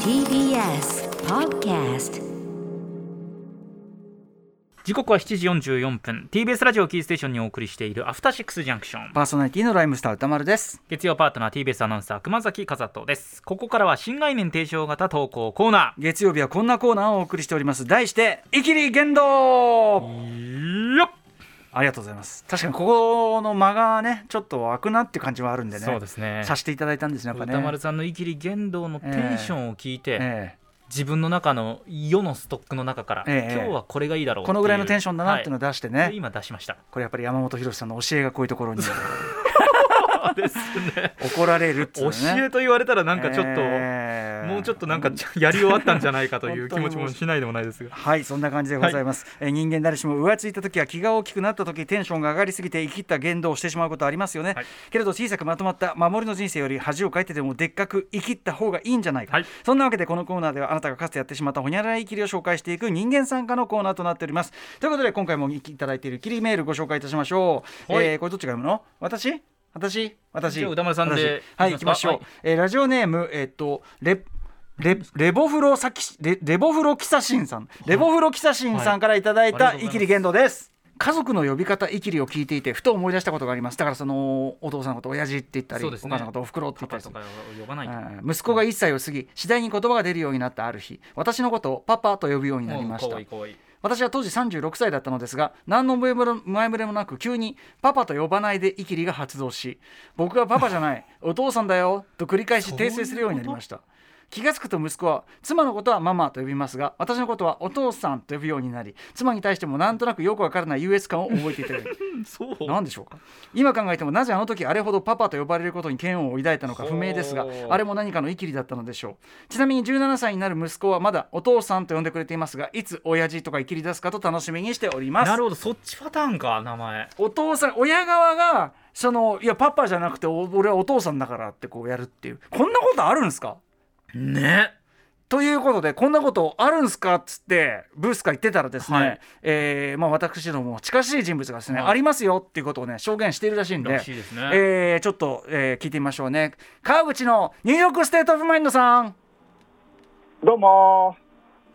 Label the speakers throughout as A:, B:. A: TBS Podcast
B: 時刻は7時44分 TBS ラジオキーステーションにお送りしているアフターシックスジャンクション
C: パーソナリティのライムスター歌丸です。
B: 月曜パートナー TBS アナウンサー熊崎和人ですここからは新概念提唱型投稿コーナ
C: 月曜日はこんなコーナーをお送りしております。題して、イキリ言動
B: ーよっ
C: ありがとうございます。確かにここの間がね、ちょっと開くなっていう感じはあるんでね、
B: そうですね
C: させていただいたんですね、やっぱね。
B: 歌丸さんのイキリ言動のテンションを聞いて、
C: ええ
B: 自分の中の世のストックの中から、
C: ええ
B: 今日はこれがいいだろうって
C: このぐらいのテンションだなっていうのを
B: は
C: 出して
B: い
C: ね、
B: で今出しました
C: これやっぱり山本博さんの教えがこういうところに
B: ですね
C: 怒られるっていう
B: 教
C: のね。
B: えと言われたらなんかちょっと、
C: ええ
B: もうちょっとなんかやり終わったんじゃないかという気持ちもしないでもないですが
C: はいそんな感じでございます、えー人間誰しも浮ついた時や気が大きくなった時テンションが上がりすぎて生き切った言動をしてしまうことありますよね、
B: はい
C: けれど小さくまとまった守りの人生より恥をかいてでもでっかく生き切った方がいいんじゃないか、
B: はい
C: そんなわけでこのコーナーではあなたがかつてやってしまったほにゃらら生きりを紹介していく人間参加のコーナーとなっておりますということで今回もいただいているキリメールご紹介いたしましょう、
B: はい
C: えーこれどっちが読むの私私私
B: じゃあ歌丸さんで
C: 私はい行きましょう、
B: はい
C: えーラジオネームえーっとレレレボフロサキシレレボフロキサシンさんレボフロキサシンさんからいただい
B: はいあ
C: た
B: りがとうござい
C: イ
B: ます
C: キリ言動です家族の呼び方イキリを聞いていてふと思い出したことがありますだからそのお父さんのこと親父って言ったり、
B: そ
C: お
B: うで
C: 母
B: す
C: さ
B: ね
C: んのことおふくろって言
B: パ
C: った
B: パ
C: りす
B: と
C: る
B: か呼ばないと
C: うん息子が1歳を過ぎ次第に言葉が出るようになったある日私のことをパパと呼ぶようになりまし
B: もう可
C: た
B: 愛い可愛い
C: 私は当時36歳だったのですが何の前触れも前触れもなく急に「パパと呼ばないでイキリ」が発動し僕が「パパじゃないお父さんだよ」と繰り返し訂正するようになりました気が付くと息子は妻のことはママと呼びますが私のことはお父さんと呼ぶようになり妻に対してもなんとなくよくわからない優越感を覚えていたようです
B: そう
C: 何でしょうか今考えてもなぜあの時あれほどパパと呼ばれることに嫌悪を抱いたのか不明ですが
B: ほう
C: あれも何かのイキリだったのでしょうちなみに17歳になる息子はまだお父さんと呼んでくれていますがいつ親父とかイキリ出すかと楽しみにしております
B: なるほどそっちパターンか名前
C: お父さん親側がそのいやパパじゃなくてお俺はお父さんだからってこうやるっていうこんなことあるんですか
B: ね
C: ということでこんなことあるんすかっつってブースが言ってたらですね、
B: はい
C: えーまあ、私どもも近しい人物がですね、
B: はい
C: ありますよっていうことをね証言しているらしいんで
B: らしいですね
C: えーちょっと、えー聞いてみましょうね川口のニューヨークステートオブマインドさん
D: どうも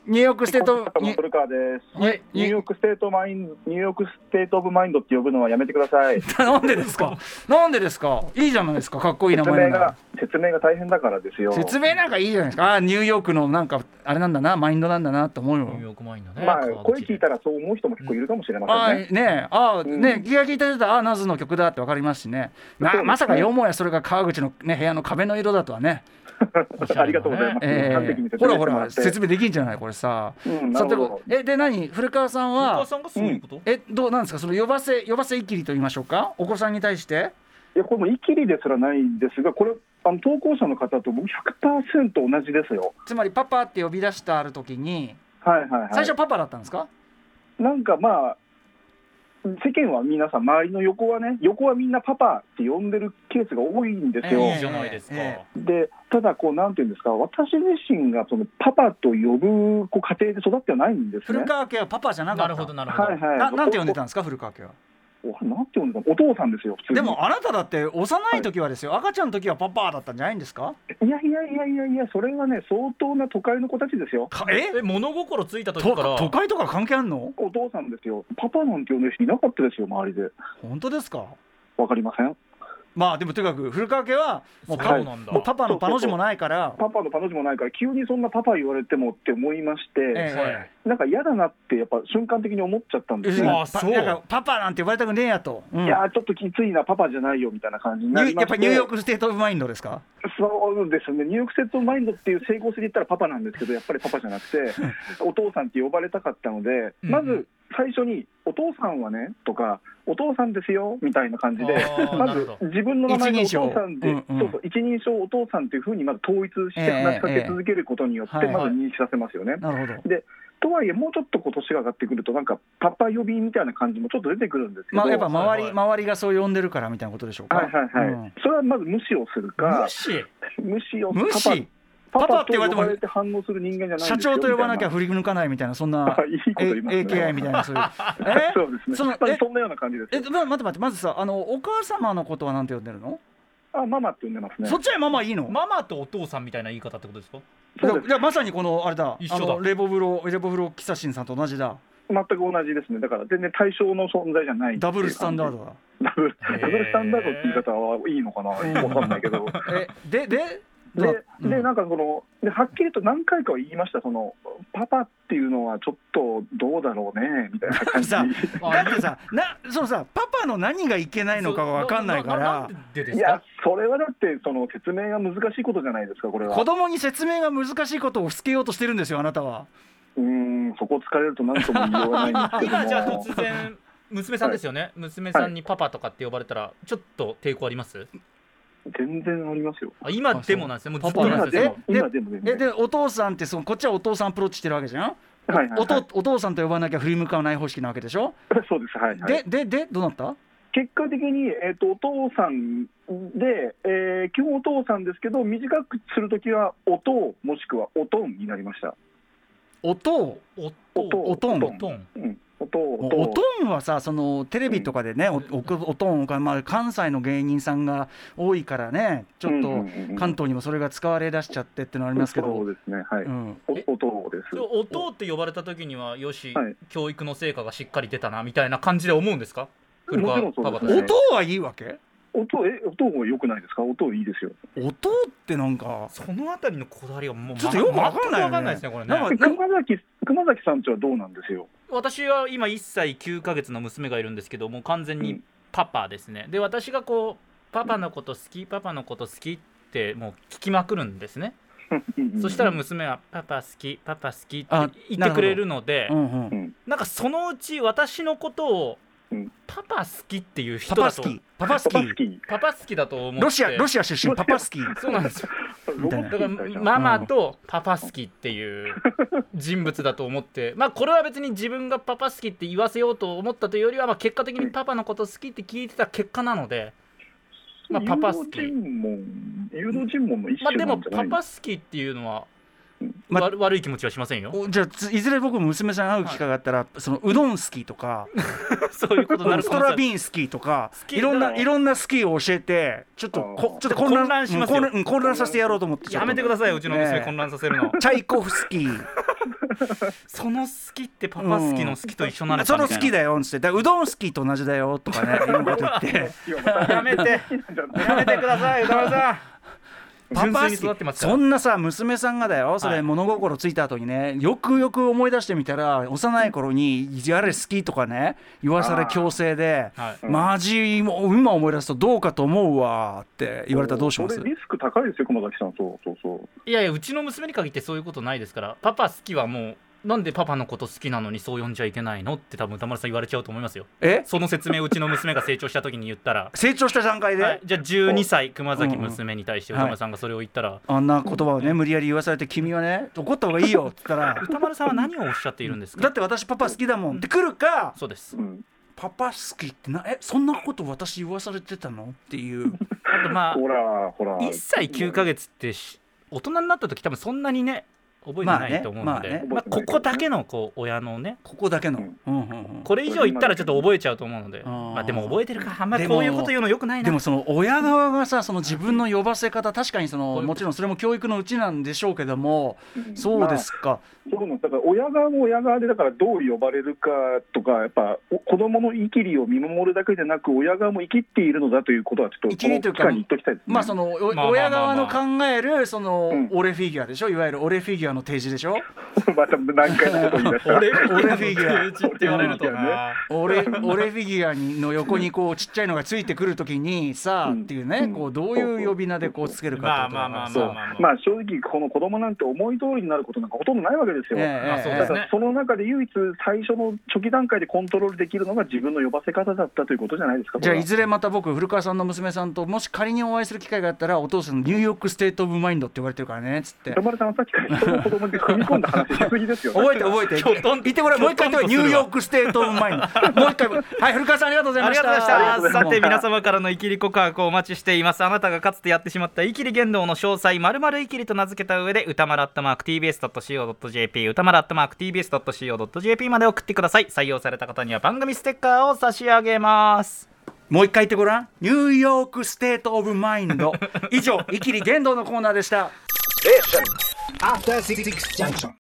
C: ニューヨーク
D: ー、
C: ステー ト
D: ニ
C: ニ
D: ュ古川です。
C: ュ
D: ニューヨークステートマインド、ニューヨークステートオブマインドって呼ぶのはやめてください。
C: なんでですかなんでですかいいじゃないですかかっこいい名
D: 説
C: 前なん
D: 明
C: だから
D: が、説明が大変だからですよ。
C: 説明なんかいいじゃないですかあーニューヨークのなんかあれなんだなマインドなんだなと思う
B: ニュー
C: よ
B: ヨークマインドね
D: まあ、
B: 川
D: 声
B: 口
D: 聞いたらそう思う人も結構いるかもしれま
C: あ
D: せんね。
C: ーねえあー
D: うん
C: ねえ気が利いてたらあーナズの曲だってわかりますしねな
D: そうですね
C: まさかよもやそれが川口の、ね、部屋の壁の色だとはね、
B: おしゃれなね
D: ありがとうございます。
C: え
D: 完璧に
C: ー、
D: 説
C: ほらほ
D: 明してもら
C: ら
D: って。
C: 説明できんじゃないこれさ
D: うん、なるほど。
C: さてえで何古川さん
B: お
C: は
B: 母さんがそういうこと
C: えどうなんですかその呼ばせ呼ばせいきりと言いましょうかお子さんに対して
D: いや、これもうイキリですらないんですが、これ、あの投稿者の方と僕100%同じですよ。
C: つまりパパって呼び出したある時に
D: はいはいはい。
C: 最初パパだったんですか、
D: なんかまあ、世間は皆さん、周りの横はね、横はみんなパパって呼んでるケースが多いんですよ。
C: ええ
B: いいじゃないですか、
C: え
D: でただこう、なんていうんですか、私自身がそのパパと呼ぶこう家庭で育ってはないんですね
C: 古。川家はパパじゃな
B: な
C: かった
B: るほどなるほど、
D: はいはい、
C: ななんて呼んでたんですか古川家は
D: おなんて呼んでたのお父さんですよ、普通に。
C: でもあなただって幼い時はですよ、赤ちゃんの時はパパだったんじゃないんですか
D: いやいやいやいやいや、それはね、相当な都会の子たちですよ。
C: かえ
B: え物心ついた時
C: と
B: から
C: 都会とか関係あんの
D: お父さんですよ、パパなんて呼んでる人いなかったですよ、周りで。
C: 本当ですか
D: わかりません
C: まあでもとにかく古川家はもうパ,、
B: そうなんだ
C: もうパパのパの字もないから
D: パパのパの字もないから、急にそんなパパ言われてもって思いまして、
C: ええ
D: なんか嫌だなって、やっぱ瞬間的に思っちゃったんです
C: ええ
D: ね。
B: あ
C: パ
B: そう
C: なんかパパなんて呼ばれたくねえやと、うん
D: いやーちょっときついな、パパじゃないよみたいな感じに
C: ニ
D: な
C: ュ
D: り
C: ー
D: ま
C: や
D: し
C: ってぱニューヨークステートオブマインドですか
D: そうですね、ニューヨークセットマインドっていう成功性で言ったらパパなんですけど、やっぱりパパじゃ なくて、お父さんって呼ばれたかったので、
B: うん
D: まず最初に、お父さんはねとか、お父さんですよみたいな感じで、
B: あー
D: ま
B: なる
D: ず
B: ほど
D: 自分の名前がお
C: 一人称
D: 父さん
C: う
D: で、
C: んうん
D: そうそう一人称お父さんというふうにまず統一し
C: え
D: て
C: え
D: 話しかけ続けることによって、
C: ええ
D: まず認識させますよね。
C: なるほど
D: とはいえ、もうちょっとこう年が上がってくると、なんかパパ呼びみたいな感じもちょっと出てくるんですけど、
C: まあ、やっぱ周り、
B: はい
C: 周りがそう呼んでるからみたいなことでしょうか。
D: はいはいはい
C: うん
D: それはまず無視をするか
B: 無、視
D: 無視を
C: 無視、
D: パパ
C: パパっ
D: ってて
C: 言
D: 言
C: わ
D: わ
C: れ
D: れ
C: て
D: て
C: も
D: 反応する人間じゃないんですよ
C: 社長と呼ばなきゃ
D: み
C: 振り抜かないみたいな、そん
D: たい
C: な
D: な。いいこと言いますね
C: AKI みたいな、そう いう。
D: そうですね
C: その
D: まあ
C: え
D: そんなような感じです
C: え、え、
D: よ
C: ま待って待って、まずさ、あの、お母様のことはなんて呼んでるの。
D: あママって呼んでますね
C: そっちはママいいの。
B: ママとお父さんみたいな言い方ってことですか
C: だ
D: そ
C: か
D: うで
C: らじゃあまさにこのあれだ
B: 一
C: あ
B: 緒だ
C: のレボブロレボブロキサシンさんと同じだ
D: 全く同じですね、だから全然対象の存在じゃない
C: ダブルスタンダードだ
D: ダブル
B: へー
D: ダブルスタンダードって言い方はいいのかな、わかんないけど、
C: えでで
D: で
C: どうだう
D: で
C: ん
D: なんかそので、はっきりと何回かは言いました、そのパパっていうのはちょっとどうだろうねみたいな感じ
C: さだ
B: あ
C: ってさなそのさパパの何がいけないのかが分かんないか
B: なな
C: ら
B: なんでで
D: い
B: す
D: や
B: か、
D: それはだって、その説明が難しいことじゃないですか、これは
C: 子。供に説明が難しいことを伏けようとしてるんですよあなたは
D: うーん、そこ疲れるとなんとも言いようがないんですけど も。
B: 今じゃあ突然娘さんですよね、娘さんにパパとかって呼ばれたらちょっと抵抗あります
D: 全然ありますよ。
B: あ今でもなんですねもうずっと
C: パ
B: な
C: パ
D: 今
B: ん
D: で
B: ですね
D: も、今でも全
C: え
D: 然。
C: でお父さんってそのこっちはお父さんアプローチしてるわけじゃん
D: はいはいはい
C: おとお父さんと呼ばなきゃ振り向かない方式なわけでしょ、
D: そうです、はい、はい。
C: でででどうなった
D: 結果的に、えっとお父さんで、えー基本お父さんですけど短くするときはおとうもしくはおとんになりました
C: おと
B: おっ
D: おと
B: と
D: う
C: おとん
B: おとん
D: うんおとう
C: お
D: おとう
C: とんはさそのテレビとかでねおおくおとんが、まあ、関西の芸人さんが多いからねちょっ
D: うんうん
C: と
D: うんうん
C: 関東にもそれが使われ出しちゃってってのありますけ
D: そ
C: ど、
D: うですねはい、
C: うん、
B: え
D: おおとうです
B: そうおとうって呼ばれた時にはよし、
D: はい
B: 教育の成果がしっかり出たなみたいな感じで思うんですか古川
D: もちろんそ
B: パ
D: うで
B: パ
D: す
B: と
D: ね
B: し
C: お
B: て
C: とうはいいわけ
D: おとうえおとうも良くないですかおとういいですよ
C: おとうってなんか
B: そのあたりのこだわりがもう
C: ちょっとよくわかんないよ
B: 全くわ
C: ね
B: かんないですねこれね
C: なんか
D: え熊崎熊崎さんちはどうなんですよ
B: 私は今1歳9ヶ月の娘がいるんですけどもう完全
D: う
B: に
D: ん
B: パパですね、で私がこうパパのこと好きパパのこと好きってもう聞きまくるんですね、そしたら
D: うん
B: 娘は「パパ好きパパ好き」って
C: あ
B: 言
C: な
B: って
C: るほど
B: くれるので
C: う
B: なん
C: うん、
B: んかそのうち私のことを
D: うん
B: 「パパ好き」っていう人
C: パ
B: だ
C: パ
B: と
C: スキーパパスキ
D: パパ
C: ー
D: スキー
B: パパ好きだと思って
C: ロシアロシア出身パパスキー
B: そうなん ですよ
D: ロボッ
B: だ
D: ト
B: から
D: みたいな
B: ママとパパ好きっていう人物だと思 ってまあこれは別に自分がパパ好きって言わせようと思ったというよりはまあ結果的にパパのこと好きって聞いてた結果なのでまあパパスキー
D: 誘導尋問誘導尋問の一
B: まあ
D: 種
B: で
D: な
B: も
D: んじゃ
B: パ
D: ない
B: パ好きっていうのは
C: ま
B: 悪悪い気持ちはしませんよ
C: おじゃあついずれ僕も娘さん会う機会があったら、そのうどんスキーとか
B: そういうことになる
C: ス
B: 可能性
C: トラ
B: ある
C: ビンスキーとか
B: スキー
C: いろん
B: だ
C: な
B: ろ
C: いろんなスキーを教えてちょっとこ
D: あー
C: ちょっと混乱
B: 混乱しますよ
C: うん混乱うん混乱させてやろうと思って
B: やめてくださいうちの
C: ね
B: 娘
C: え
B: 混乱させるの
C: チャイコフスキー
B: その好きってパパ好きの好きと一緒なのか
C: そ
B: み
C: の
B: た
C: 好
B: い
C: き
B: な
C: だよっつってだからうどんスキーと同じだよとか ねいろんなこと言って
D: い やまた
B: やめてやめてください宇多丸さん
C: パ
B: 純
C: パ
B: 粋に
C: スキ
B: 育ってま
C: ー
B: すから
C: そんなさ娘さんがだよそ
B: は
C: れ
B: い
C: 物心ついた後にねよくよく思い出してみたら幼い頃にやれスキーとかね言わされ強制で
B: はい
C: マジもう今思い出すとどうかと思うわって言われたらどうします
D: それリスク高いですよ、熊崎さん、そうそうそう。
B: いやいやうちの娘に限ってそういうことないですからパパ好きはもうなんでパパのこと好きなのにそう呼んじゃいけないのって多分歌丸さん言われちゃうと思いますよ
C: え、
B: その説明をうちの娘が成長した時に言ったら
C: 成長した段階で、
B: はい、じゃあ12歳熊崎娘に対して歌丸さんがそれを言ったら、
C: あんな言葉をね無理やり言わされて君はね怒った方がいいよって言ったら
B: 歌丸さんは何をおっしゃっているんです
C: だ
B: か
C: って私パパ好きだもんって来るか
B: そうです
D: うん、
C: パパ好きってなえそんなこと私言わされてたのっていう
B: あとまあ
D: ほら、ほら。
B: 1歳9ヶ月ってし大人になった時多分そんなにね覚えて
C: まあ
B: な
C: ね
B: いと思うので、
C: ま
B: ま
C: あ
B: あ
C: ね
B: ここだけのこう親のね
C: ここだけの、
D: うん
C: うんうんうん
B: これ以上言ったらちょっと覚えちゃうと思うので、
C: あー
B: まあ、でも覚えてるかあんまりこういうこと言うのよくないな
C: でもその親側がさその自分の呼ばせ方確かにそ
B: こう
C: の
B: いうこと
C: もちろんそれも教育のうちなんでしょうけども
D: うん
C: そうですか、
D: まあそうなんですだから親側も親側で、だからどう呼ばれるかとか、やっぱお子供の生きりを見守るだけでなく、親側も生きっているのだということは、ちょっ
C: 生
D: と
C: き
D: こ
C: り
D: の
C: という
D: 機
C: か
D: 会に言っときたいです、ね。
C: まあそのお
B: まあまあまあまあ
C: 親側の考えるその
D: うん
C: 俺フィギュアでしょいわゆる俺フィギュアの提示でしょ
D: また何回もこと言い出し た。
B: 俺
C: 俺フィギュア
B: うちって言われると な
C: 俺俺フィギュアにの横にこうちっちゃいのがついてくるときにさあ
D: うん
C: っていうね、
D: うん
C: こうどういう呼び名でこうつけるかってことだからさ
B: ま
D: そ
B: あ
D: う
B: まあまあ
D: まあ正直、この子供なんて思い通りになることなんかほとんどないわけですよ。
C: ええ
B: まあそう
C: ええ
B: で
D: だ
B: す
D: か
B: ね
D: らその中で唯一最初の初期段階でコントロールできるのが自分の呼ばせ方だったということじゃないですか。
C: じゃあ
D: これはい
C: ずれまた僕古川さんの娘さんともし仮にお会いする機会があったらお父さんのニューヨークステート・オブ・マインドって言われてるからねっつって
D: 歌丸さんはさっきから人の子供で踏み込んだ話しすぎですよ、ね。
C: 覚えて覚えて
B: きょとん
C: 言ってこれもう一回言ってこれ
B: き
C: ニ
B: ょとんとする
C: ュ
B: わ
C: ーヨークステート・オブ・マインドもう一回はい古川さんありがとうござい
B: あ
C: ま
B: り
C: し
B: がとうご
C: た
B: ざいました。さ
C: もう
B: て皆様からのイキリ告白をお待ちしています。あなたがかつてやってしまったイキリ言動の詳細まるまるイキリと名付けた上で歌丸アットマーク tbs.co.jp 歌丸アットマーク tbs.co.jp まで送ってください。採用された方には番組ステッカーを差し上げます。
C: もう一回言ってごらんニューヨークステート・オブ・マインド以上「イキリ言動」のコーナーでした
A: After Six Junction.